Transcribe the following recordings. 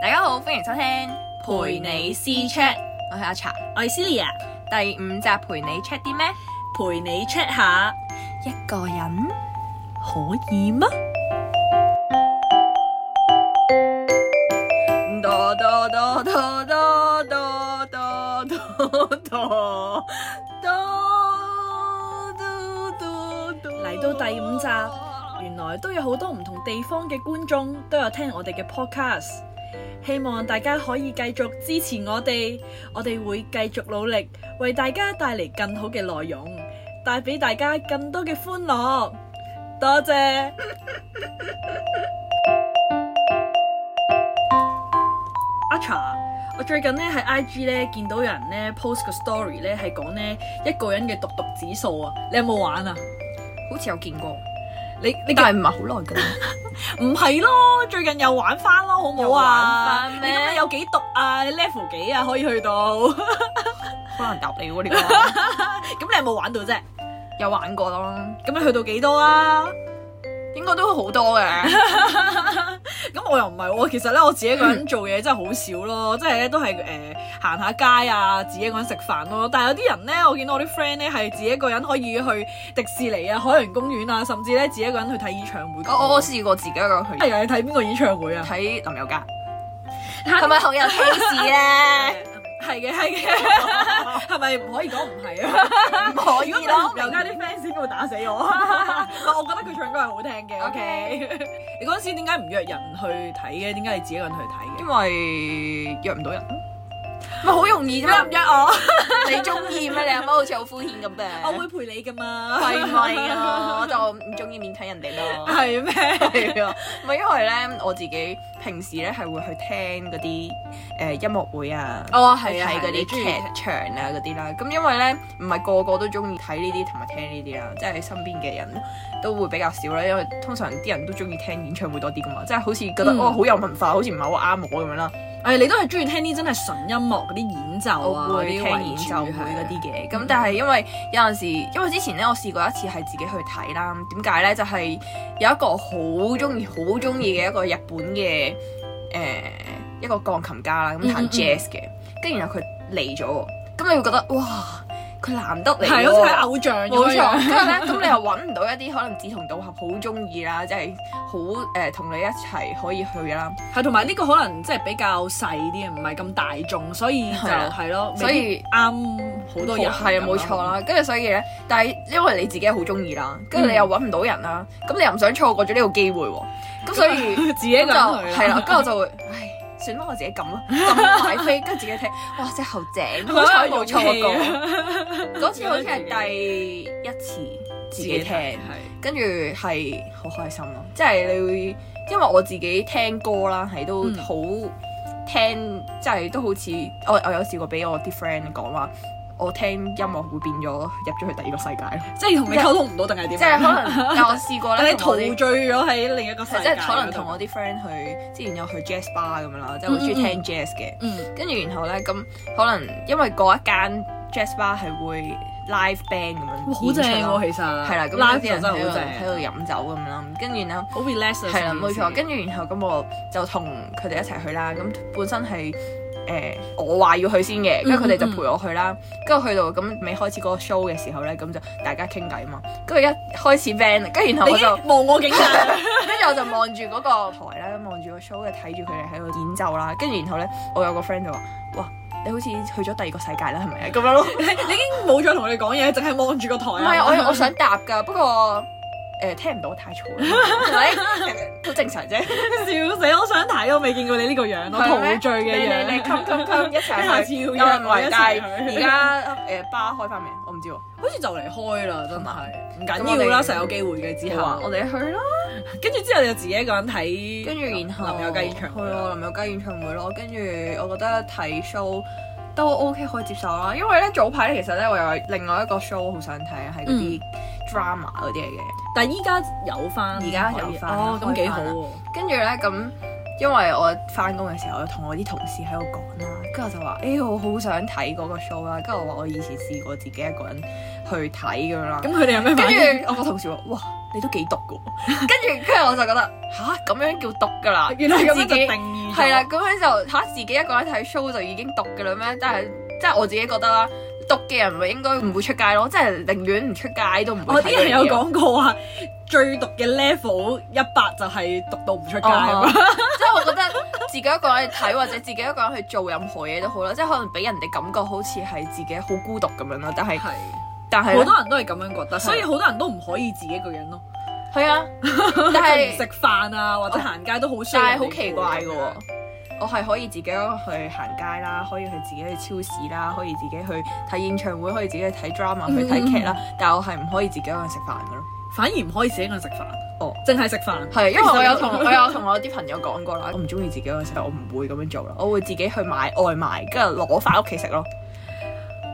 歡迎收聽陪你私 chat，我係阿茶，我係 Celia，第五集陪你 check 啲咩？陪你 check 下一個 人可以嗎？多多多多多多多多多多多多多嚟到第五集，原來都有好多唔同地方嘅觀眾都有聽我哋嘅 podcast，希望大家可以繼續支持我哋，我哋會繼續努力為大家帶嚟更好嘅內容，帶俾大家更多嘅歡樂。多謝。阿茶，我最近咧喺 IG 咧見到有人咧 post 個 story 咧係講咧一個人嘅獨獨指數啊，你有冇玩啊？好似有見過，你你但係唔係好 耐㗎啦。唔係咯，最近又玩翻咯，好唔好啊？又玩你返咩今日有幾毒啊？你 level 幾啊？可以去到？ 咁好難答你喎呢個，你有冇玩到啫？有玩過咯，咁你去到幾多啊？應該都好多 嘅。咁我又唔係喎，其實咧我自己一個人做嘢真係好少咯，即係咧都係誒行下街啊，自己一個人食飯咯。但係有啲人咧，我見到我啲 friend 咧係自己一個人可以去迪士尼啊、海洋公園啊，甚至咧自己一個人去睇演唱會。我我我試過自己一個去係啊，你睇邊個演唱會啊？睇林宥嘉，係咪好有 taste 咧？係嘅，係 嘅，係咪唔可以講唔係啊？唔可以如果咯，唔係林宥嘉啲 fans 應該會打死我。 我覺得佢唱歌係好聽嘅。OK，你 嗰陣時點解唔約人去睇嘅？點解你自己一個人去睇因嘅？為約唔到人，咪好容易啫約唔嘛。約我？ 你中意咩？你阿媽好似好敷衍咁嘅。我會陪你噶嘛。係咪 啊？我就唔中意勉強人哋咯。係咩？係啊，唔係因為咧，我自己平時咧係會去聽嗰啲誒音樂會啊。哦，去睇嗰啲劇場啊嗰啲啦，咁因為咧唔係個個都中意睇呢啲同埋聽呢啲啦，即係身邊嘅人都會比較少啦，因為通常啲人都中意聽演唱會多啲噶嘛，即係好似覺得、嗯哦好有文化，好似唔係好啱我咁樣啦，誒，哎你都係中意聽啲真係純音樂嗰啲演奏啊，我會聽嗰啲為演主奏會嗰係啲啊嘅，咁但係因為有陣時，因為之前咧我試過一次係自己去睇啦，點解咧就係、有一個我好中意、好中意嘅一個日本嘅誒、呃一個鋼琴家啦，咁嗯嗯彈嗯 jazz 嘅，跟住然後佢嚟咗喎，咁你會覺得哇，佢難得嚟係好似係喎。偶像冇咁錯，跟樣。住咧，咁你又揾唔到一啲可能志同道合好中意啦，即係好誒同你一齊可以去啦，係同埋呢個可能即係比較細啲，啊唔係咁大眾，所以就係啊係咯，所以未必啱好多人係啊，冇錯。啦。跟住所以咧，但係因為你自己好中意啦，跟住嗯你又揾唔到人啦，咁你又唔想錯過咗呢個機會喎，咁所以 啊 自己一咁個就人去係啦，跟住我就會唉。算啦，我自己撳啦，撳買飛，跟住自己睇，哇！隻猴正，好彩 冇錯過。啊嗰次好似係第一次自己聽，係跟住係好開心咯。即係你會，因為我自己聽歌啦，係都嗯好聽，即係都好似我我有試過俾我啲 friend 講話，我聽音樂會變咗入咗去第二個世界咯。即係同你溝通唔到定係點？即係可能， 但我試過但咧，同你陶我啲醉咗喺另一個世界係嗰即度。係可能同我啲 friend 去之前有去 jazz bar 咁樣啦，即係好中意聽 jazz 嘅。嗯跟住然後咧，咁可能因為嗰一間 jazz bar 係會 live band 咁樣哇好正演出啦喎，其實係啦，咁 live 啲人真係好正，喺度飲酒咁樣啦，跟住然後好 relax 啊係啦，冇錯，成件事跟住然後咁我就同佢哋一齊去啦，咁本身係誒、呃我話要去先嘅，跟住佢哋就陪我去啦，跟住去到咁未開始嗰個 show 嘅時候咧，咁就大家傾偈嘛，跟住一開始 band，跟住然後我你 已就經望我境界，跟住我就望住嗰個台啦，望住個 show 嘅睇住佢哋喺度演奏啦，跟住然後咧我有個 friend 就話：哇，你好似去咗第二個世界啦，係咪啊？咁樣咯。你你已經冇再同佢哋講嘢，淨係望住個台唔啊。係，我我想答㗎，不過誒聽唔到太嘈啦，係 咪？好正常啫。笑死，我想睇，我未見過你呢個樣，我係陶咩醉嘅樣。你你你冚冚冚一 齊去，你下次要有約人我圍一齊去但係而家誒巴開翻未？啊我唔知喎。好似就嚟開啦，真係唔咁我緊要哋啦，實有機會嘅之好啊後我。哋去啦。跟住之後你就自己一個人睇，跟住然後林宥嘉演唱會係啦啊，林宥嘉演唱會咯。跟住我覺得睇 show 都 OK 可以接受啦，因為咧早排咧其實咧我又有另外一個 show 好想睇，係嗰嗯啲 drama 嗰啲嚟嘅。但係依家有翻，而家有返哦，咁幾好開返喎。跟住咧咁，因為我翻工嘅時候，我同我啲同事喺度講啦，跟住我就話：，誒、哎我好想睇嗰個 show 啦。跟住我話我以前試過自己一個人去睇咁樣啦。咁佢哋有咩跟反應？住我個同事話：，哇，你都幾毒噶，跟住跟住我就覺得吓，咁樣叫毒㗎啦，原來咁樣自就己定義咗係啦，，咁樣就嚇自己一個人睇 show 就已經毒嘅啦咩？但係即係我自己覺得啦，毒嘅人咪應該唔會出街咯，即係寧願唔出街都唔會我睇哦啲呢人有嘢哦咯。講過話，最毒嘅 level 一百就係毒到唔出街啊咁哈樣。即係我覺得自己一個人去睇，或者自己一個人去做任何嘢都好啦，即係可能俾人哋感覺好似係自己好孤獨咁樣啦。但係係，但係好呢多人都係咁樣覺得，所以好多人都唔可以自己一個人咯。係 啊，但佢唔係哦食飯啊，或者行街都好需要但係人哋好陪奇咁樣。怪嘅喎。我係可以自己去行街啦，可以去自己去超市啦，可以自己去睇演唱會，可以自己去睇 drama 去睇劇啦，但係我係唔可以自己一個人食飯嘅咯。反而唔可以自己一個人食飯。哦，淨係食飯。係，因為我有同我有同我啲朋友講過啦，我唔中意自己一個人食，我唔會咁樣做啦，我會自己去買外賣，跟住攞翻屋企食咯。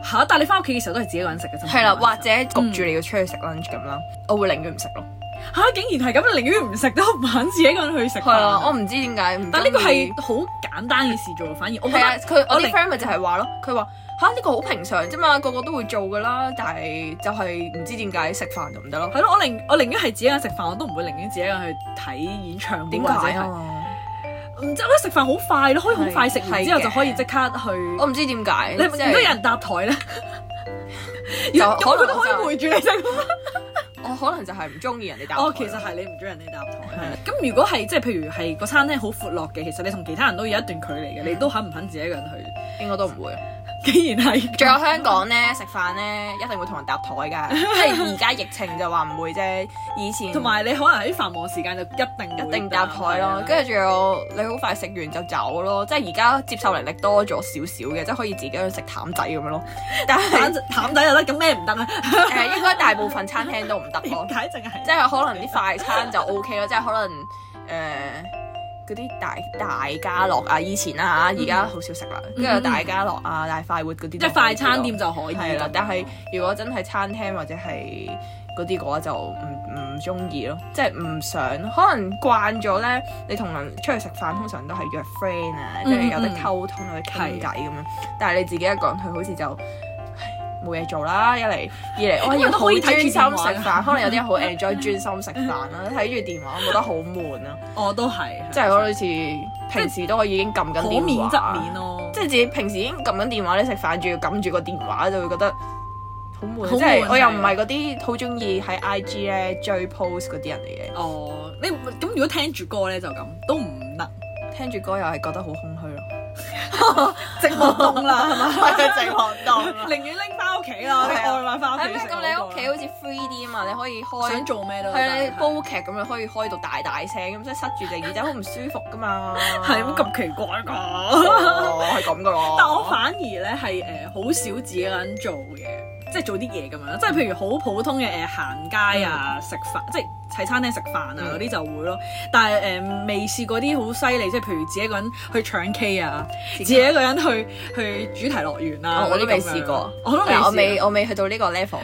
嚇！但係你翻屋企嘅時候都係自己一個人食嘅啫嘛。係啦，或者嗯焗住你要出去食 lunch 咁啦，我會寧願唔食咯。嚇！竟然係咁，寧願唔食都唔肯自己一個人去食飯。係啊，我唔知點解。唔但呢個鍾意係好簡單嘅事做，反而我覺係啊，得佢我我啲寧 friend 咪就係話咯，佢話吓呢個好平常啫嘛，個個都會做噶啦，但係就係唔知點解食飯就唔得咯。係咯，我寧我寧願係自己一個人食飯，我都唔會寧願自己一個人去睇演唱會點或者解係。啊？唔知我覺得食飯好快咯，可以好快食係完之後係嘅就可以即刻去。我唔知點解，你係咪即見到有係人搭台咧？就咁佢可都能可以就陪住你食。我可能就係唔中意人哋答我。哦，其實係你唔中意人哋搭台。咁如果係即係譬如係個餐廳好闊落嘅，其實你同其他人都有一段距離嗯嘅，你都肯唔肯自己一個人去？應該都唔會。嗯既然係，仲有香港咧食飯咧，一定會同人搭台 㗎，即係而家疫情就話唔會啫，以前同埋你可能喺繁忙時間就一定會一定搭台咯，係啊跟住仲有你好快食完就走咯，即係而家接受能力多咗少少嘅，即係可以自己去食淡仔咁樣咯。但係 淡淡仔就得，咁咩唔得咧？誒應該大部分餐廳都唔得咯點，解淨係即係可能啲快餐就 O K 咯，即係可能誒嗰啲大大家樂啊，以前啦嚇，而家好少食啦，跟住大家樂啊、大快活嗰啲嗯即都係快餐店就可以係啦咁，但係如果真係餐廳或者係嗰啲嘅話，就唔唔中意咯，即係唔想。可能慣咗咧，你同人出去食飯，通常都係約 friend 啊，即嗯係有得嗯溝通，有得傾偈係咁樣。嗯但係你自己一個人去，好似就唉冇嘢做啦。一嚟 二嚟，我因為要都好可以專睇住心食電話㗎飯。 可能有啲人好 enjoy 專心食飯啦，睇住電話，我覺得好悶啊。我哦都係， 即係我好似平時都已經撳緊可電話。面則面咯。即係自己平時已經撳緊電話咧，食飯仲要撳住個電話，就會覺得好悶。啊好悶即係我又係唔係嗰啲好中意喺 IG 咧追 post 嗰啲人嚟哦，你咁如果聽住歌咧就咁都唔 得，嘅，聽住歌又係覺得好空虛咯， 寂寞凍啦，係嘛？寂 寞到。 寧願拎翻屋企啦，拎係啊外賣翻屋係企咩？咁食好過你啦屋企好似 free 啲啊嘛，你可以想開。做咩都得係啊，你煲劇咁樣可以開到大大聲咁，即係塞住隻耳仔好唔舒服噶嘛。係 咁咁奇怪噶。哦，係咁噶咯。但我反而咧係誒好少自己一個人做嘅，即係做啲嘢咁樣啦，即係譬如好普通嘅誒行街啊、食飯，即係喺餐廳食飯啊嗯嗰啲就會咯。但係誒、未試過啲好犀利，即係譬如自己一個人去唱 K 啊，自己一個人去去主題樂園啊，哦我都嗰啲未咁樣試過，我都未但我試未過，我未去到呢個 level。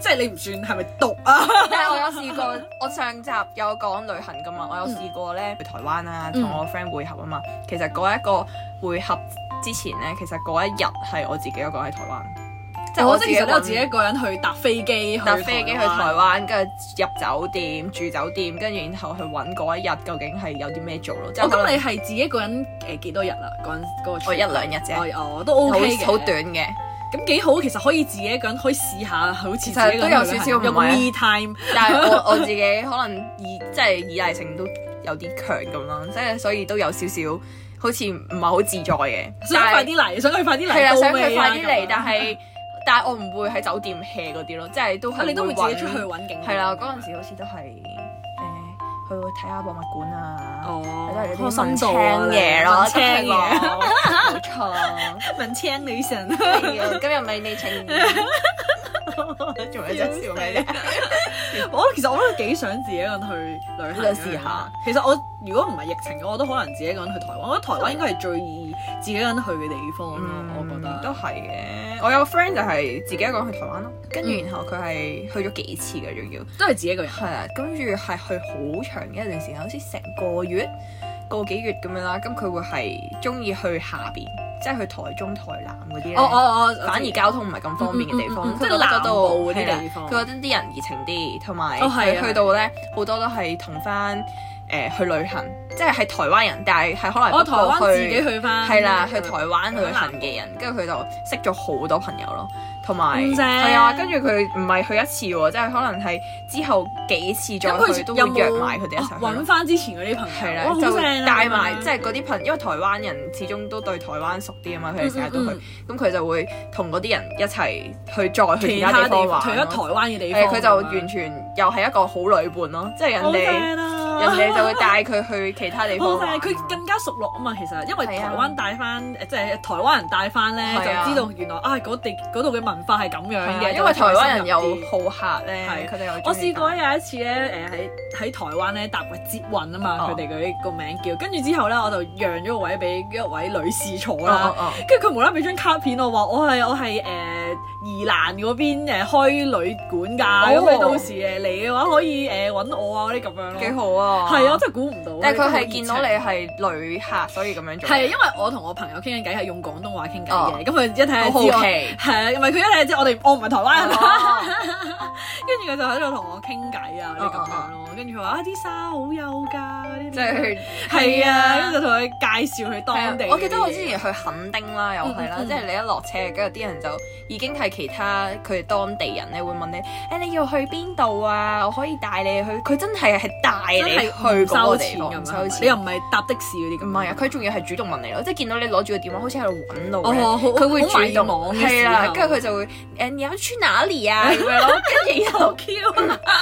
即係你唔算係咪毒啊？但係我有試過，我上集有講旅行噶嗯嘛，我有試過咧去台灣啊，同我 friend 會合啊嘛。其實嗰一個會合之前咧，其實嗰一日係我自己一個喺台灣， 即係我我哦即自係其己實都揾係自己一個人去搭飛機去搭飛機去台灣，跟住入酒店住酒店，跟住然後去揾嗰一日究竟係有啲咩做咯。即係哦，可咁能你係自己一個人誒幾多日啦？嗰陣嗰個 trip 我一兩日啫哦，哦都 OK 嘅，好好短嘅，咁幾好，其實可以自己一個人可以試下，好似自己一其實都個人有少少唔係啊有個 me time，但係 我我自己可能依即係依賴性都有啲強咁啦，即係所以都有少少好似唔係好自在嘅。想但係快啲嚟，想佢快啲 嚟，係啊，到啊想佢未快啲咁嚟樣，但係但係我唔會喺酒店 hea 嗰啲咯，即係都啊係你都會會自己出去揾。揾景點。係啦，嗰陣時好似都係誒去睇下博物館啊，哦都係，好啊啲深文度青嘢咯，青嘢，嘢，冇 錯。啊文青女神。 今日咪你請，做咩啫？笑咩啫？我其實我都幾想自己一個人去旅都行啊想試下。其實我如果唔係疫情，我都可能自己一個人去台灣。我覺得台灣應該係最易自己一個人去嘅地方咯，我覺嗯得都。係嘅。我有個 friend 就係自己一個人去台灣咯，跟嗯住然後佢係去咗幾次嘅，仲要。都係自己一個人。係啊，跟住係去好長嘅一段時間，好似成個月、個幾月咁樣啦。咁佢會係中意去下邊，即係去台中、台南嗰啲咧，哦哦哦，反而交通唔係咁方便嘅地嗯嗯嗯方嗯，佢覺得嗰度即係南部嗰啲係啦地方佢覺得啲人熱情啲，同埋哦係啊佢去到咧好多都係同翻誒去旅行，即係係台灣人，但係係可能我北哦台部灣自己去翻，係啦，去台灣旅行嘅人，跟住佢就識咗好多朋友咯，同埋咁正係啊，跟住佢唔係去一次喎，即係可能係之後幾次咁再去佢都有會冇啊約埋佢哋一齊去咯揾。翻之前嗰啲朋係友，啦哇，好就正啊！帶埋即係嗰啲朋因為台灣人始終都對台灣熟啲啊嘛，佢哋成日都去嗯，咁佢就會同嗰啲人一齊去再去其嗯其他他地地方方，玩除咗台咯。啊灣嘅地方，誒，佢就完全又係一個好旅伴咯，即係人好哋正啊！人哋就會帶佢去其他地方好正，啊玩。佢更加熟絡啊嘛，其實因為係台啊灣帶翻，誒即係台灣人帶翻咧，係啊就知道原來啊嗰地嗰度嘅文化係咁樣係啊嘅，因為台灣人又就深入好啲客咧，係佢哋又我試過一有一次咧，誒喺喺台灣咧搭個捷運啊嘛，哦佢哋嗰啲個名叫，跟住之後咧我就讓咗個位俾一位女士坐啦，哦跟住佢無啦啦俾張卡片我話我係我係誒、呃宜蘭嗰邊誒開旅館㗎，咁哦你到時誒嚟嘅話可以誒揾、我啊嗰啲咁樣哦，咯，幾好啊！係啊，我真係估唔到，但係佢真好係熱見到情你係旅客，所以咁樣做。係啊，因為我同我朋友傾緊偈係用廣東話傾偈哦嘅，咁佢一睇好就好知我奇。係啊，唔係佢一睇就知我哋我唔係台灣人啦，哦 跟住佢就喺度同我傾偈啊啲哦咁樣咯，跟住佢話啊啲沙好幼㗎，呢啲即係 係啊，跟住就同佢介紹佢當地。啊我記得我之前去墾丁啦，又係啦，嗯嗯嗯即係你一落車，跟住啲人就已經係其他佢哋當地人咧會問你，誒你要去邊度啊？我可以帶你去，佢真係係帶真你係去嗰個收地錢方，咁唔樣收你又錢。唔係搭的士嗰啲咁。唔係啊，佢仲要係主動問你咯，即係見到你攞住個電話，好似喺度揾路咧哦好佢會主好迷動惘嘅時候啦，跟住佢就會誒你要去哪裡啊咁樣 咯，跟住然後 Q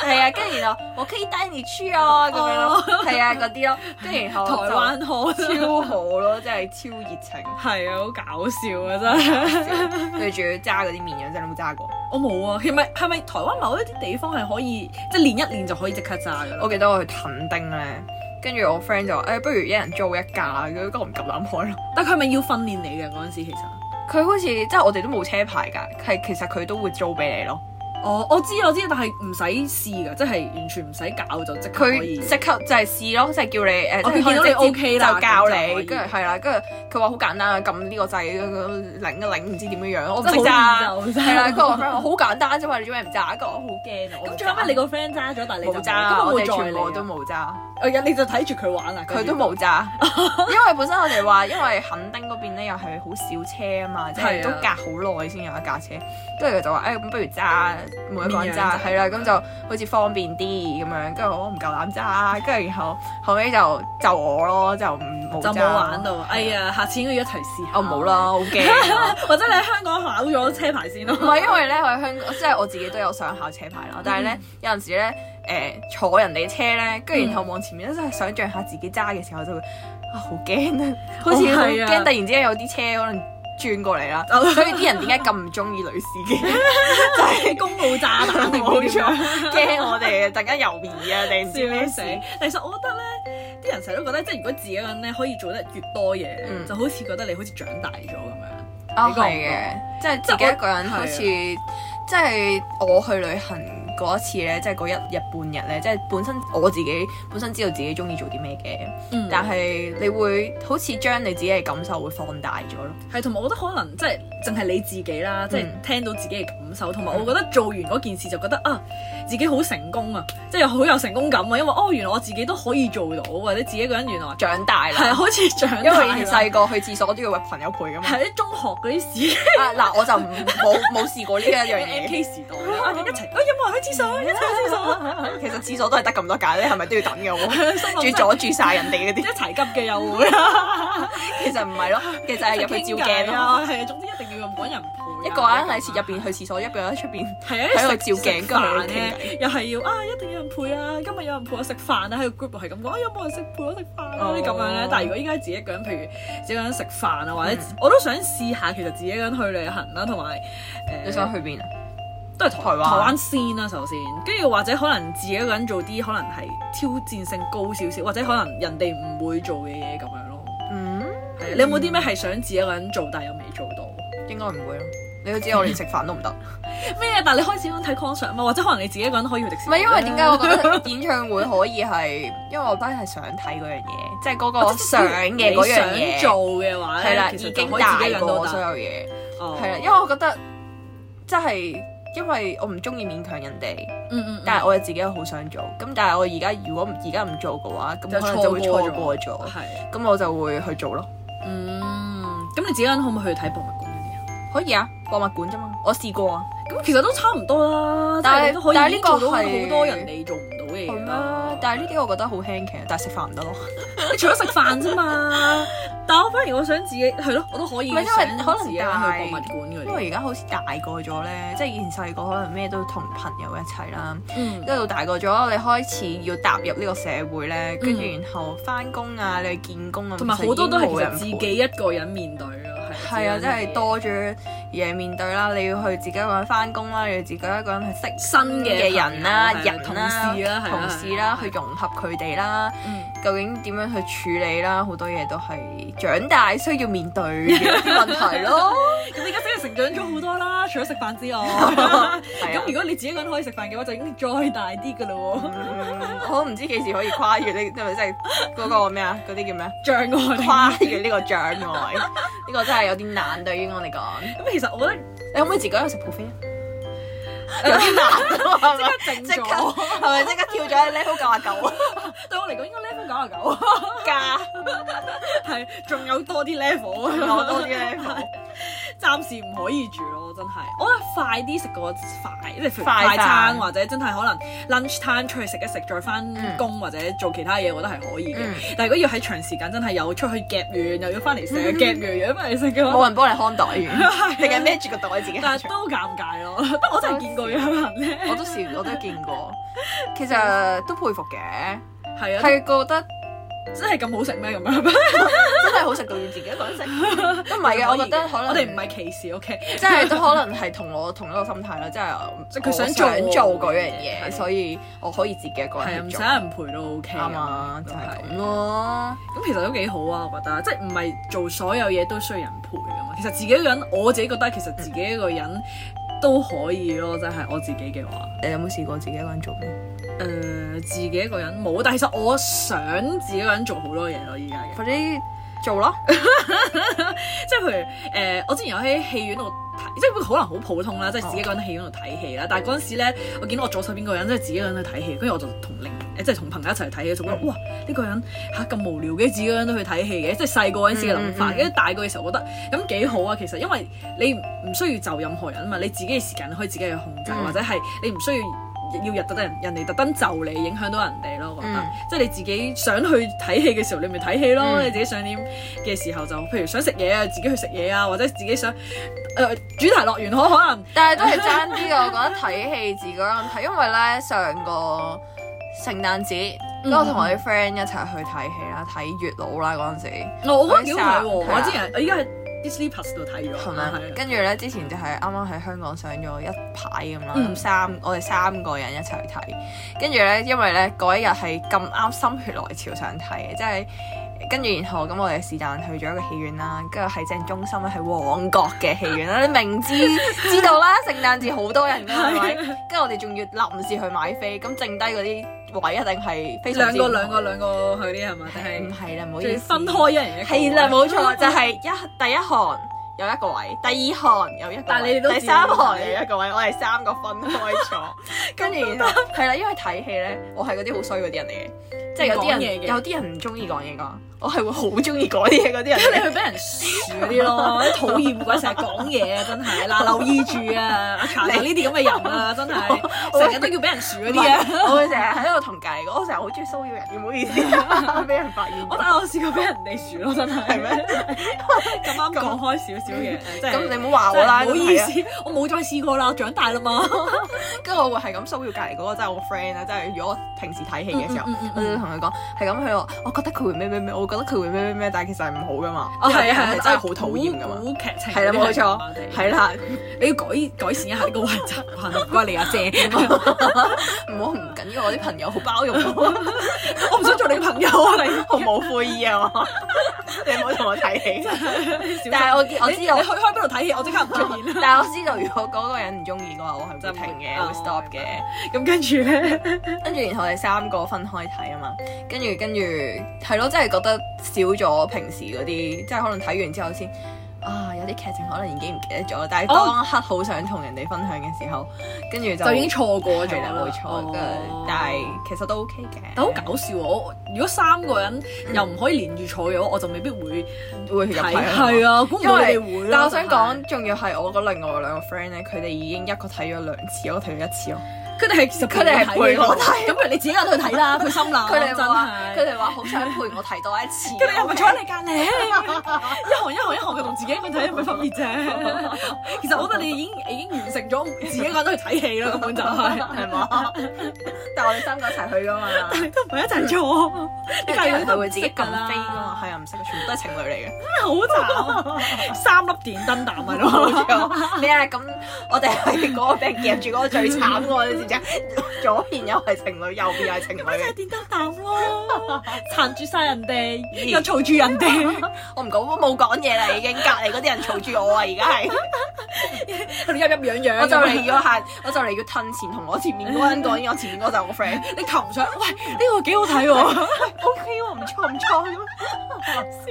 係啊，跟住然後我可以帶你去哦咁樣咯，係啊嗰啲咯，跟住然後 台就灣開超好咯，真係超熱情。係啊，好搞笑啊真係。 佢仲要揸嗰啲綿羊仔，你有冇揸過？我冇啊，係咪係咪台灣某一啲地方係可以即係練一練就可以即刻揸㗎啦？我記得我去墾丁咧，跟住我 friend 就話：誒、不如一人租一架，啊佢都唔夠膽開咯。但佢係咪要訓練你嘅嗰陣時其實？佢好似即係我哋都冇車牌㗎，係其實佢都會租俾你咯。哦，我知我知，但係唔使試噶，即係完全唔使搞就即刻可以佢。即刻就係試咯，即係叫你誒，即哦係佢見到你可能直接 OK 啦就教咁就可你，以跟住係啦，跟住佢話好簡單啊，撳呢個掣，擰一擰，唔知點樣樣，我唔真識係揸。好練就係啦，跟真住我 friend 話好簡單啫嘛，你做咩唔揸？跟住我好驚啊！我唔咁最後尾揸你個 friend 揸咗，但係你就冇咁揸，我會哋載全你部都啊，冇揸。我日你就睇住佢玩啦，佢都冇揸，因為本身我哋話，因為墾丁嗰邊咧又係好少車啊嘛，即係係啊都隔好耐先有一架車，跟住佢就話：，誒、哎咁不如揸，每一個人綿羊揸，仔係啦，咁就好似方便啲咁樣。跟住我唔夠膽揸，跟住然後後尾就就我咯，就唔冇就揸冇玩。到。哎呀，下次應該要一齊試下。我冇，啦，好驚 啊。 或者你喺香港考咗車牌先咯。唔係因為咧，我喺香港，即係我自己都有想考車牌啦。但係咧，有陣時咧，誒、坐人哋車咧，跟住然後望前面，真係想像下自己揸嘅時候，就會啊好驚 啊，哦好似哦好係驚啊突然之間有啲車可能轉過嚟 啦。所以啲人點解咁唔中意女司機？ 即係公路炸彈定啊冇冇錯錯。，驚我哋突然間猶豫啊，定唔知咩笑死事？！其實我覺得咧，啲人成日都覺得，即係如果自己一個人咧可以做得越多嘢，嗯就好似覺得你好似長大咗咁樣。啊，你覺唔係嘅，即係自己一個人即係我好似，即係我去旅行嗰一次咧，即係嗰一日半日咧，即係本身我自己本身知道自己中意做啲咩嘅，嗯但係你會好似將你自己嘅感受會放大咗咯。係，同埋我覺得可能即係淨係你自己嗯啦，即係聽到自己嘅感受，同埋我覺得做完嗰件事就覺得啊，自己好成功啊，即係好有成功感啊，因為哦原來我自己都可以做到，或者自己一個人原來長大係啊啦，好似長大因為以前啦細個去廁所都要揾朋友陪噶 嘛。係啲中學嗰啲時啊嗱，我就唔冇冇試過呢一樣 M 嘢。 K 時代啦，啊一齊啊有冇人去廁所？一齊去廁所， 其實廁所都係得咁多間咧，係咪都要等嘅 喎？心諗仲要真係阻住晒人哋嗰一啲，齊急嘅又會啦， 其實唔係 咯，其實係入去照傾鏡偈咯。啊，係啊，總之一定要揾人陪啊，一個人喺入邊去廁所，一個人喺出邊。係啊，喺度食照鏡跟食住喺飯度咧，又係要啊，一定有人陪啊！今日有人陪我食飯啊，喺個 group 度係咁講，啊有冇人食陪我食飯啊哦啲咁樣咧。但係如果依家自己一個人，譬如自己一個人食飯啊，或者嗯我都想試下，其實自己一個人去旅行啦，同埋誒，你想去邊啊？都係台台灣台灣先啦，首先，跟住或者可能自己一個人做啲可能係挑戰性高少少，或者可能人哋唔會做嘅嘢咁樣咯。嗯，係啊你有冇啲咩係想自己一個人做，但係又未做到？應該唔會咯。你都知我連食飯都唔得。咩？但係你開始咁睇 concert 嘛，或者可能你自己一個人可以去迪唔士尼係因為咧點解我覺得演唱會可以係，因為我真係想睇嗰樣嘢，即係 嗰個想嘅嗰樣你嘢，想做嘅話咧係啦，其實已就經可以自己一大個人都過得所有嘢，哦係啦，因為我覺得即係因為我唔中意勉強人哋，嗯嗯，但係係我自己好想做，咁但係我而家如果唔而家唔做嘅話，咁就可能就會錯過咗錯過咗，係咁我就會去做咯。嗯，咁你自己一個人可唔可以去睇博物館嗰啲啊？可以啊，博物館啫嘛，我試過啊。咁其實都差唔多啦，但係即你都可以但係呢個做到好係多人哋做唔到嘅嘢啊啦啦，。但係呢啲我覺得好輕騎，但係食飯唔得咯。 你除咗食飯啫嘛， 但我反而我想自己係咯，我都可以唔想係因為可能自己去博大物館嗰因啲。為而家好似大個咗咧，即係以前細個可能咩都同朋友一齊啦，嗯一路大個咗，你開始要踏入呢個社會咧，跟住嗯然後翻工啊，你去見工啊，同埋好多都係其實自己一個人面對咯，係係啊，自即己一個人係多咗嘢面對啦，你要去自己一個人翻工啦，你要自己一個人去識新嘅嘅人啦、朋友係啊人同啦、事啦，係啊同事啦，去係啊融合佢哋啦，嗯究竟點樣去處理啦，好多嘢都係長大需要面對嘅一啲問題 咯。咁你而家真係成長咗好多啦，除咗食飯之外， 係咁啊如果你自己一個人可以食飯嘅話，就已經再大啲噶咯嗯我都唔知幾時可以跨越呢，即係咪即係嗰個咩啊？嗰啲叫咩啊？喎，障礙跨越呢個障礙， 呢個真係有啲難對於我嚟講。咁其實我覺你可唔可以自己去食 buffet 啊？有啲難啊，係咪得靜即刻咗，係咪即刻跳咗去 level 九啊九對我嚟講應該 level 九啊九， 加係仲有多啲 level，我多啲 level？ 暫時唔可以住咯，真係。我覺得快啲食個快，即係快快餐飯或者真係可能 lunch time 出去食一食，再翻工或者做其他嘢，我覺得係可以嘅。嗯嗯但係如果要喺長時間真係有出去夾完，又要翻嚟食，夾完又要翻嚟食嘅話，冇啊人幫你看袋 完，你係孭住個袋自己行但係出都尷 尬咯。不過我真係見過有人咧，我都試，我都見 過。其實都佩服嘅，係啊，係覺得真係咁好食咩咁樣？真係好食到要自己一個 人食，都唔係啊嘅。我覺得可能 我哋唔係歧視，OK？即係都可能係同我同一個心態啦，即係即係佢我想想做做嗰樣係嘢，所以我可以自己一個係啊，人去唔使做。人陪都 OK 啱啊，就都係咁咯。咁其實都幾好啊，我覺得，即係唔係做所有嘢都需要人陪噶嘛。其實自己一個人，我自己覺得其實自己一個人都可以咯，真係我自己嘅話。你有冇試過自己一個人做咩？誒、自己一個人冇，但係其實我想自己一個人做好多嘢咯，依家嘅。快啲做啦！即係譬如誒、呃我之前有喺戲院度睇，即係可能好普通啦，即係哦自己一個人喺戲院度睇戲啦。但係嗰陣時咧，我見到我左手邊嗰個人即係自己一個人去睇戲，跟住我就同另誒即係同朋友一齊去睇戲，就覺嗯得哇呢、個人嚇咁、無聊嘅，自己一個人都去睇戲嘅，即係細個嗰陣時嘅諗法。嗯嗯嗯跟住大個嘅時候，覺得咁幾好啊。其實因為你唔需要就任何人啊嘛，你自己嘅時間可以自己去控制，嗯或者係你唔需要。要人特登人人哋特登就你影響到人哋咯，我覺得、嗯即係你自己想去睇戲嘅時候，你咪睇戲咯，嗯你自己想點嘅時候就，譬如想食嘢啊，自己去食嘢啊，或者自己想誒、呃主題樂園可可能但係都係爭啲嘅，我覺得睇戲自己一個人睇，因為咧上個聖誕節，嗯咁我同我啲 friend 一齊去睇戲啦，睇月老啦嗰陣時，我我覺得幾好睇喎，係啊我之前我依家喺 Disney Plus 度睇咗，係係咪啊？跟住咧之前就係啱啱喺香港上咗一排咁啦，嗯咁三我哋三個人一齊去睇，跟住咧因為咧嗰一日係咁啱心血來潮想睇嘅，即係。跟住然後咁，我哋是但去咗一個戲院啦，跟住係正中心咧，係旺角嘅戲院 啦。你明知知道啦，聖誕節好多人㗎，係咪？跟住我哋仲要臨時去買飛，咁剩低嗰啲位一定係非常兩之個兩個兩個去啲係咪？定唔係啊係啦，唔好啊仲意要思，分開一人一個？係啦，冇錯， 就係、一第一行有一個位，第二行有一個位，但係你哋都第自三願行睇有一個位，我哋三個分開 坐，跟住然後係啦，因為睇戲咧，我係嗰啲好衰嗰啲人嚟嘅，即係有啲唔講嘢人嘅有啲人唔中意講嘢噶，我係會好中意講嘢嗰 啲人因為嚟你嘅。去俾人樹嗰啲咯，啲討厭鬼成日講嘢啊，真係嗱留意住 啊，阿查查呢啲咁嘅人啊， 真係成日都要俾人樹嗰啲啊。 我會成日喺度同隔離講，我成日好中意騷擾人嘅，唔好意 思，俾人發現我咗。但係我試過俾人哋樹咯，真係嗯係咩？咁啱講開少少嘢，真係咁你唔好話我啦，真係唔好意係啊。思，我冇再試過啦，我長大啦嘛。跟住我會係咁騷擾隔離嗰個，真係我 friend 啦，即係如果我平時睇戲嘅時候嗯嗯嗯嗯，我就會同佢講係咁，佢話我覺得佢會咩咩咩，我覺得佢會咩咩咩，但係其實係唔好噶嘛。哦，係啊，係啊真係好討厭噶嘛古。劇情係啦，冇錯，係係啦，你要改改善一下呢個壞習慣，唔該你阿姐，唔好唔緊要，我啲朋友好包容我，我唔想做你嘅朋友啊，你我冇悔意啊我。你唔好同我睇戲。但但係我見我知道你去開邊度睇戲，我即刻唔出現啦。但係我知道，如果嗰個人唔中意嘅話，我係會就唔會停哦嘅，會 stop 嘅。咁跟住咧，跟住然後我哋三個分開睇啊嘛，跟住跟住係咯，真係覺得少咗平時嗰啲，即係可能睇完之後先啊，有啲劇情可能已經唔記得咗，但係哦當刻好想同人哋分享嘅時候，跟住就就已經錯過咗係啦，啦，冇錯，跟哦住但係其實都 OK 嘅，但好搞笑喎！我如果三個人又唔可以連住坐嘅話，我就未必會會入睇睇。啊係啊，估唔到你哋會因為咯但我想講，，仲要係我嗰另外兩個 friend 咧，佢哋已經一個睇咗兩次，我睇咗一次咯。佢哋係其實佢哋係陪我睇咁不如你自己一個去睇啦，佢心諗佢哋真話係，佢哋話好想陪我睇多一次。啊佢哋又唔係坐喺你隔離，一行一行一行，佢同自己一個人睇有咩分 別啫？其實我覺得你已經已經完成咗自己一個人去睇戲啦，根本就係、 係嘛？但係我哋三個一齊去噶嘛，你都唔係一齊坐， 呢因個為係佢會自己撳飛噶嘛，啦，係啊，唔識嘅，全部都係情侶嚟嘅。真係 好慘，三粒電燈膽啊咪咯，你啊咁，我哋係嗰個俾人夾住嗰個最慘喎，你知唔 知啊？左邊又係情侶，右邊又係情咪就係侶。電燈膽咯， 撐住晒人哋，又嘈住人哋，我唔講，我冇講嘢啦，已經隔離嗰啲人嘈住我啊，而家係。 喺度陰陰樣樣，我就嚟要下，我就嚟要褪前同我前面嗰個人 講，因為我前面嗰個就係我 friend。你擒上，喂，呢、個幾好睇喎。 O K 喎，唔錯唔錯咁。笑死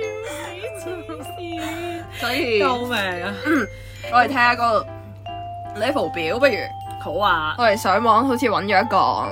黐線！所以救命啊！我哋睇下個 level 表，不如好啊，我哋上網好似揾咗一個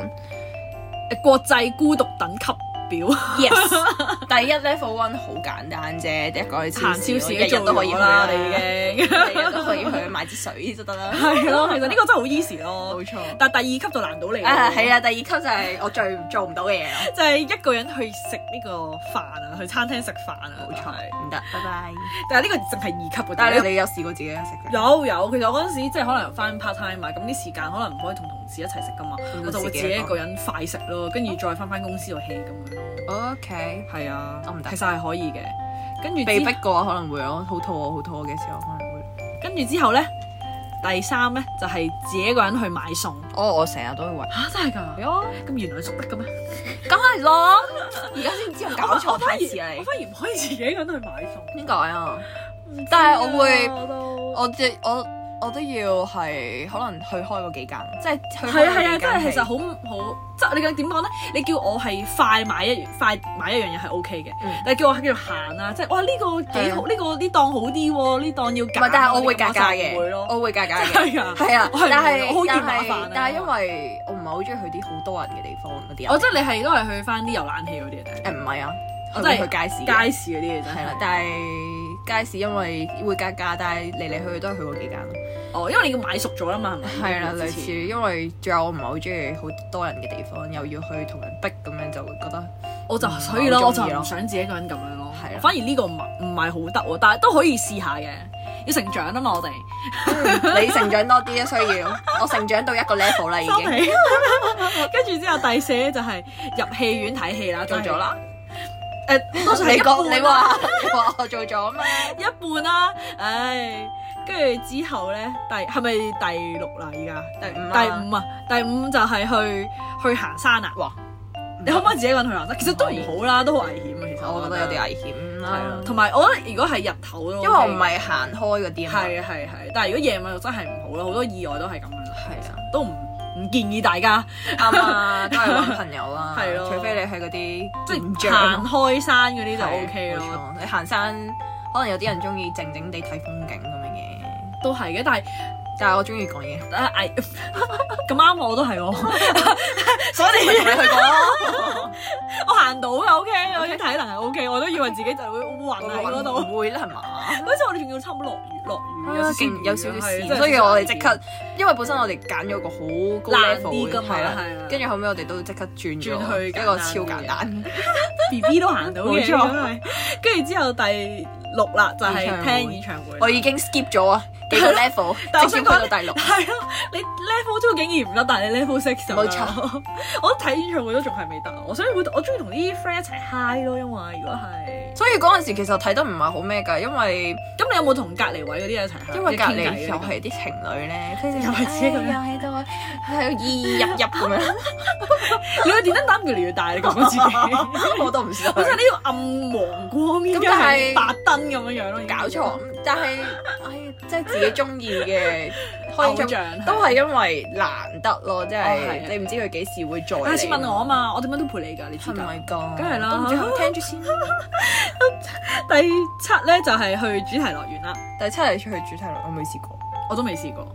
國際孤獨等級 表 yes，第 一 level one 好簡單啫，一個去行超超市日都日都可做以去咗啊啦，啦，我你已經哋已經日日都可以去買支水就得 啦。 係咯。其實呢個真係好 easy 咯，冇錯。但係第二級就難到你啊，啦，係啊，第二級就係我最做唔到嘅嘢啦。就係一個人去食呢個飯啊，去餐廳食飯啊，冇錯，唔得，拜拜。但係呢個淨係二級嘅，但係你你你有試過自己一食嘅？有有，其實我嗰陣時即係可能翻 part time 啊嘛，咁啲時間可能唔可以同同事一齊食噶嘛，咁我就就會自自己己一個一個人快食咯，跟住再翻翻公司度 hea 咁樣咯。 O K，係啊，我唔得其實係可以嘅。跟住被之逼過可能會咯，好肚餓好肚餓嘅時候可能會。跟住之後咧，第三咧就係、自己一個人去買餸。哦，我成日都會為。嚇、真係㗎？咯，咁原來熟得嘅咩？梗係咯，而家先知我搞錯太次啦我你。反而唔可以自己一個人去買餸。點解啊？但係我會我都我即我我都要係可能去開嗰幾間，即係去開係啊係啊，嗰幾真間係其實好好，即係你講點講咧？你叫我係快買一快買一樣嘢係 O K 嘅，嗯但係叫我喺度行啊，即係哇呢、個幾好，呢、個呢檔好啲喎，呢檔要唔揀啊。係，但係我會格價呢個我就唔會嘅，咯，我會格價嘅。真係㗎。係啊， 我係唔會但係我好但嫌麻煩啊係但係因為我唔係好中意去啲好多人嘅地方嗰啲我啊。即係你係都係去翻啲遊覽器嗰啲嚟誒唔係啊，我我真真係去係街市嘅。睇，街市嗰啲嘢真係啦係，。但係街市因為會格價，但係嚟嚟去去都係去嗰幾間咯。哦，因為你要買熟咗啦嘛，係咪？係 啦，類之前似，因為仲有我唔係好中意好多人嘅地方，又要去同人逼咁樣，就會覺得我就嗯所以咯，我我就中意咯唔想自己一個人咁樣咯。係啊反而呢個唔唔係好得喎，但係都可以試下嘅，要成長啊嘛，我哋。嗯 你成長多啲啊，需要我成長到一個 level 啦，已收經皮。 跟住之後第四咧就係入戲院睇戲啦，做咗啦。但係。誒，多數係你一講半你啦話你話我做咗咩？一半啦，唉。跟住之後咧，第係咪第六啦？而家第五啊第五啊，第五就係去去行山啊！哇！你可唔可以自己一個人去行山？其實都唔好啦，都好危險啊！其實我覺得有啲危險係啊啦，，同埋我覺得如果係日頭咯，因為我唔係行開嗰啲啊嘛。係啊係啊係啊，但係如果夜晚就真係唔好啦，好多意外都係咁樣啦，係啊，都唔唔建議大家啱啊，都係揾朋友 啦。係咯除非你去嗰啲即係健將行開山嗰啲就啊係 O K 冇咯，錯你行山可能有啲人中意靜靜地睇風景咁樣嘅，都係嘅。但係但係我中意講嘢，但係危 咁啱我都 係喎，所以咪同 你去過咯。我行到嘅 O K，我啲體能係 O K，我都以為自己就會暈喺嗰度。唔會啦，係嘛？嗰次我哋仲要差唔多落雨，落雨有少 少啊勁有少少雨係事，真係所以我哋少少即雨刻，因為本身我哋揀咗個好高難 level 啲嘅㗎嘛係啊啦係啦，啊跟住後尾我哋都即刻轉轉去咗一個超簡單啲嘅簡單 B B 都行到嘅， 冇錯因為跟住之後第六啦，就係演唱會聽演唱會啦。我已經 skip 咗啊，幾個 level， 但我直接想去講到第六。係咯，你 level two 竟然唔得，但係你 level six 就得冇錯。 我都睇演唱會都仲係未得，我所以會我中意同啲 friend 一齊 high 咯，因為如果係所以嗰陣時其實睇得唔係好咩㗎，因為咁，你有冇同隔離位嗰啲人一齊 high？因為隔即離啊係傾偈又嗰啲係啲情侶咧，佢哋又係自己咁樣唉又喺度喺度意意 入入咁 樣，你個電燈膽越嚟越大，你覺唔覺得自己？ 好我都唔想。似係呢個暗黃光，依咁家但係係白燈咁樣樣咯，已經搞錯，但係唉，即係自己中意嘅開偶心像係都係因為難得咯，即哦係啊係你唔知佢幾時會再嚟。下次問我啊嘛，我點樣都陪你㗎，你知係㗎咪。㗎？梗係啦都唔知係咪聽住先啦。第七咧就係、去主題樂園啦，第七日出去主題樂，我未試過。我都未試過，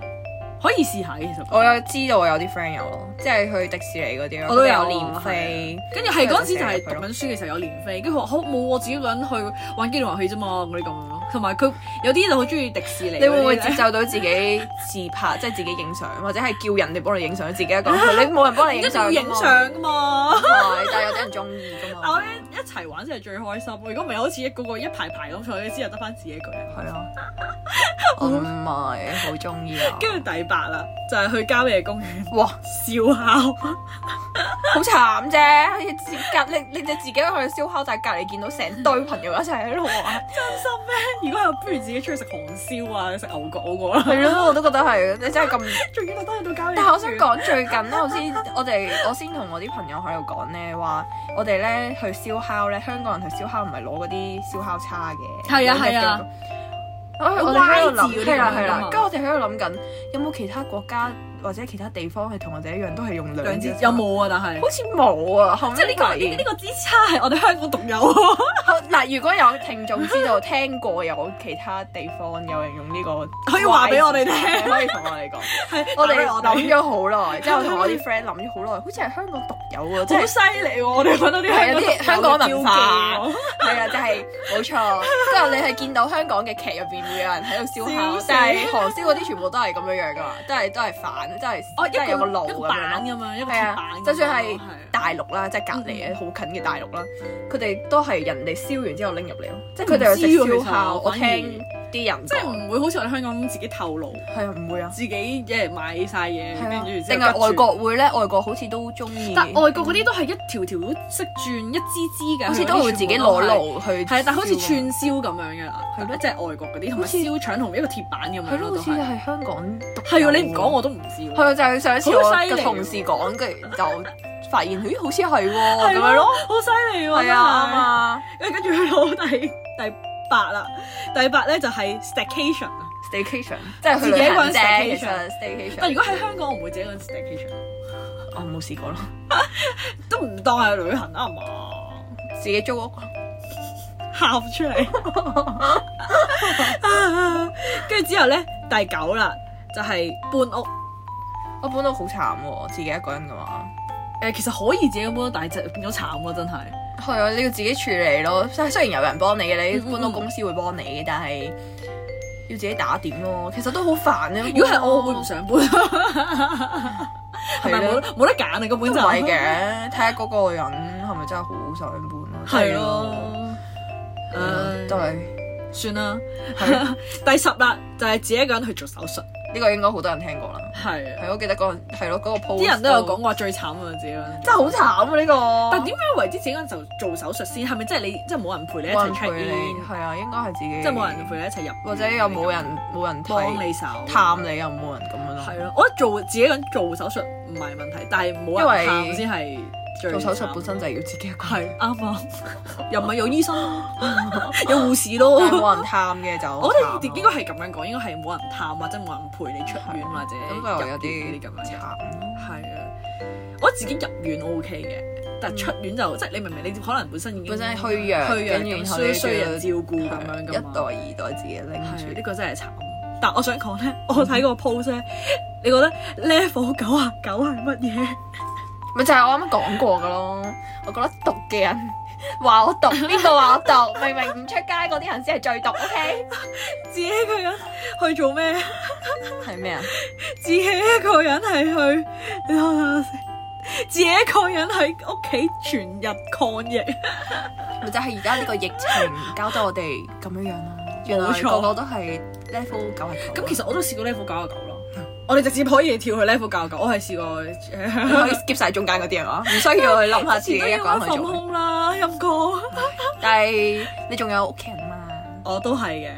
可以試下嘅其實。我有知道我有啲 friend 有咯，即係去迪士尼嗰啲咯，我都佢有啊哋有年飛。跟住係嗰陣時就係讀緊書嘅時候有年飛，跟住佢話好冇我自己一個人去玩機動遊戲啫嘛，嗰啲咁樣咯。同埋佢有啲就好中意迪士尼嗰啲你啊咧，會唔會接受到自己自拍，即係自己影相，或者係叫人哋幫你影相，自己一啊個人去，你冇人幫你一影定相要㗎嘛。影相噶嘛？係，但係有啲人中意㗎但嘛。 我覺得一齊玩先係最開心。如果唔係好似一個個一排排咁坐，之後得翻自己一個人。係 啊，我唔係好中意啊。跟住第八啦，就係、去郊野公園哇，燒烤。好慘啫！你自隔你你哋自己去燒烤，但係隔離見到成堆朋友一齊喺度玩。 如果係不如自己出去食韓燒啊，食牛角嗰個啦。 係 咯，我都覺得係，你真係咁。仲要特登去到郊野公園。但係我想講最近咧，我先我哋我先同我啲朋友喺度講咧，話我哋咧去燒烤咧，香港人去燒烤唔係攞嗰啲燒烤叉嘅，係啊攞隻係啊嘅。我我哋喺度有 Y 字嗰諗，啲係啦係咁啊啦，跟住我哋喺度諗緊，有冇其他國家或者其他地方係同我哋一樣都係用兩兩支支叉？有冇啊？但係好似冇啊，後即係尾呢個發呢現呢。個支叉係我哋香港獨 有。好嗱，如果有聽眾知道聽過有其他地方有人用呢個，可以話俾我哋聽，可以同我哋講。 係我哋諗咗好耐，之後同我啲 friend 諗咗好耐，好似係香港獨有喎，即好 係犀利喎！我哋揾到啲係有啊啲香港文化係標記喎，啊，就係冇錯。之後你係見到香港嘅劇入邊會有人喺度燒燒烤死，但係韓燒嗰啲全部都係咁樣樣噶嘛，都係都係反，都係哦都係有個路一個咁樣板咯。咁樣，一嗯個係鐵啊板，就算係咁樣大陸啦，即係隔離嘅好近嘅大陸啦，佢哋都係人哋燒完之後拎入嚟咯，即係佢哋去食燒烤。唔我知聽喎其實反而啲人即係講唔會好似我哋香港咁自己透露，係啊，唔會啊。自己一人買晒嘢，係啊，跟住定之後係吉外住。國會咧？外國好似都中意，但外國嗰啲都係一條條都識轉一支支嘅，好似都會自己攞。爐去，係啊，但係好似串燒咁樣嘅啦，係係咯，咯即係外國嗰啲，同埋好似燒腸同一個鐵板咁樣係咯，咯，好都似係。係香港獨係有啊，你唔講我都唔知喎。係啊，就係上一次我好犀利嘅喎同事講，跟住就發現，咦，好似係喎係咁樣咯，，好犀利喎！係真係啊，啱啊跟住去到第第八啦，第八咧就係 staycation 啊。 ，staycation，即係去自己旅一個行人啫，其 staycation 實 staycation，但如果喺香港，我唔會自己一個人 staycation，我哦冇試過咯，都唔當係旅行啊嘛，自己租屋，啊喊出嚟。跟住之後咧，第九啦，就係、搬屋。我搬到好慘喎，自己一個人噶嘛，誒、其實可以自己搬屋，但係就變咗慘咯，真係。係啊，你要自己處理咯，雖雖然有人幫你嘅，嗯嗯你搬到公司會幫你嘅，但係要自己打點咯，其實都好煩啊。如果係我，我會唔想搬，係係咪冇咯，冇得揀啊？根本都唔就係， 嘅，睇下嗰個人係咪真係好想搬咯，係咯。嗯，都誒，係。算啦。係 第十啦，就係、自己一個人去做手術。呢個應該好多人聽過啦。係啊。係，我記得嗰陣係咯，嗰、個 post 啲人都有講，話最慘啊自己嗰陣，真係好慘啊！呢、個但點樣為之自己嗰陣就做手術先？係咪即係你即係冇人陪你一冇齊人陪 check in，你？係啊，應該係自己，即係冇人陪你一齊入，或者又冇人冇人幫睇你手，探你，又冇人咁樣咯。係咯。我覺得做自己一個人做手術唔係問題，但係冇因人為探先係最做手術本慘身就係要自己一個人，係 啱啊，又唔係有醫生咯，有護士咯。但係冇人探啊嘅就 我慘咯覺得應該係咁樣講，應該係冇人探或者冇人陪你出院或者咁佢又有入院嗰啲啲咁樣慘。咯。係啊，我自己入院 O K 嘅，但係出院就即係你明唔明？你可嗯能本身已經本身係虛弱，虛弱跟住然後咁需你需人照顧咁樣係咁嘛。一代二代自己係呢拎住，個真係慘。但我想講咧，我睇個 post 咧，你覺得 level 九啊九係乜嘢？ 咪就係我啱啱講過嘅咯。我覺得毒嘅人 話我毒，邊個話我毒？明明唔出街嗰啲人先係最毒，OK？自己一個人去做咩？係咩啊？自己一個人係去，你睇我睇下先。自己一個人喺屋企全日抗疫，咪就係而家呢個疫情搞到我哋咁樣樣咯。原來冇錯個個都係 level level 九係咁其實我都試過 level 九啊九咯，我哋直接可以跳去 level 九啊九，我係試過。你可以 skip 晒中間嗰啲係 嘛？唔需要去諗下自己一個人去放做。空啦，陰公。但係你仲有屋企人啊嘛，我都係嘅，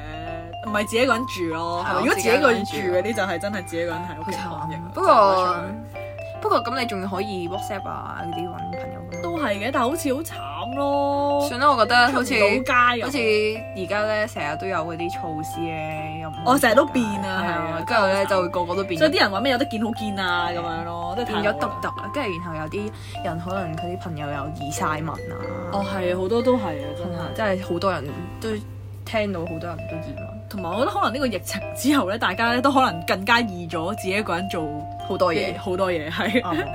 唔係自己一個人住咯。係如果我自自己己一一個個人人住住嗰啲就係真係自己一個人喺屋企抗疫。不過不過咁你仲可以 WhatsApp 啊嗰啲揾朋友咁咯。都係嘅，但係好似好慘咯。算啦，我覺得好似出唔到街咁好似而家咧成日都有嗰啲措施咧，又唔我成日都變啊係係啊啊，跟住咧就會個個都變所以啲人話咩有得見好見啊咁樣咯，都係變太咗好獨啦特啊，跟住然後有啲人可能佢啲朋友又移晒文啊哦，，係好多都係啊，真係。真係好多人都聽到好多人都移文，同埋我覺得可能呢個疫情之後咧，大家咧都可能更加易咗自己一個人做好多嘢嘢，。好多嘢係。 啱啊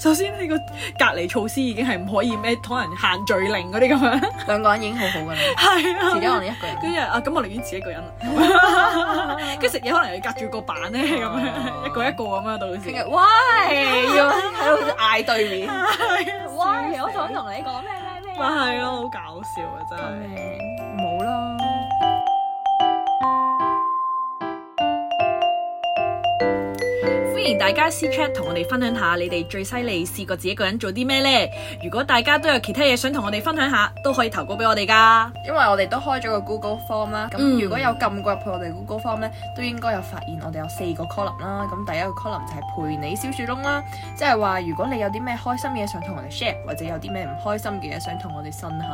首先呢個隔離措施已經係唔可以咩，可能限聚令嗰啲咁樣。兩個人已經好好㗎啦，係啊。遲啲我哋一個人。跟住啊，咁我寧願自己一個人啦。跟住食嘢可能要隔住個板咧，咁樣一個一個咁樣到時。聽日喂，要喺度嗌 對面。喂喂，我想同你講咩咩咩。咪係咯，好搞笑啊！真救係。命，冇啦。歡迎大家私 chat 同我哋分享下你哋最犀利試過自己一個人做啲咩呢？如果大家都有其他嘢想同我哋分享下，都可以投稿俾我哋噶。因為我哋都開咗個 Google Form 啦，咁嗯如果有撳過入去我哋 Google Form 咧，都應該有發現我哋有四個 column 啦。咁第一個 column 就係陪你小樹窿啦，即係話如果你有啲咩開心嘅嘢想同我哋 share，或者有啲咩唔開心嘅嘢想同我哋呻下，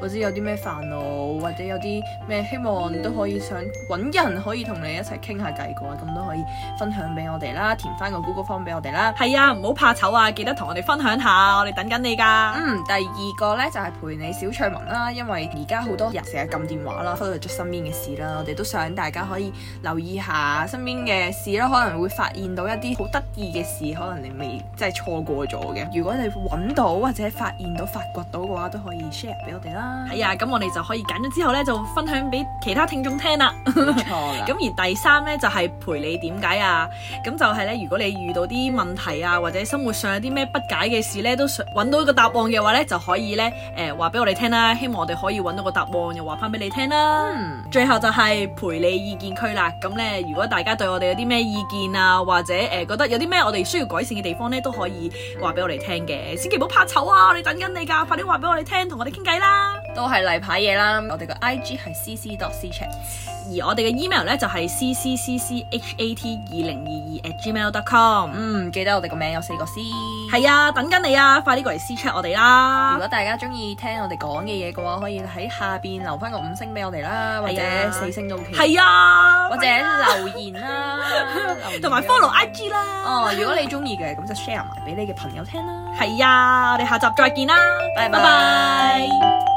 或者有啲咩煩惱，或者有啲咩希望都可以想揾人可以同你一齊傾下偈嘅話，咁都可以分享俾我哋啦，填翻個 Google Form 俾我哋啦。係啊，唔好怕醜啊，記得同我哋分享下，我哋等緊你噶。嗯，第二個呢就係、陪你小趣聞啦，因為而家好多人成日撳電話啦，忽略咗身邊嘅事啦，我哋都想大家可以留意下身邊嘅事啦，可能會發現到一啲好得意嘅事，可能你未即係錯過咗嘅。如果你揾到或者發現到、發掘到嘅話，都可以 share 俾我哋 啦。係啊，咁我哋就可以揀咗之後呢，就分享俾其他聽眾聽啦。冇錯啦。咁而第三呢，就係、陪你點解啊？咁就係呢，如果你遇到啲問題啊，或者生活上有啲咩不解嘅事呢，都想揾到一個答案嘅話呢，就可以呢誒話俾我哋聽啦。希望我哋可以揾到個答案，又話翻俾你聽啦。嗯，最後就係陪你意見區啦，咁咧如果大家對我哋有啲咩意見啊，或者誒、呃、覺得有啲咩我哋需要改善嘅地方咧，都可以話俾我哋聽嘅，千祈唔好怕醜啊！我哋等緊你㗎，快啲話俾我哋聽，同我哋傾偈啦。都係例牌嘢啦。我哋個 I G 係 C C dot C chat。而我哋嘅 email 咧就係 c c c c h a t 二零二二 at gmail dot com。嗯，記得我哋個名有四個 C。係啊，等緊你啊，快啲過嚟私 chat 我哋啦如。果大家中意聽我哋講嘅嘢嘅話，可以喺下邊留翻個五星俾我哋啦，或係啊者四星都 OK，係啊，或者留言啦，留言 同埋俾我 follow IG 啦。哦，如果你中意嘅，咁就 share 埋俾你嘅朋友聽啦。係啊，我哋下集再見啦，拜拜拜拜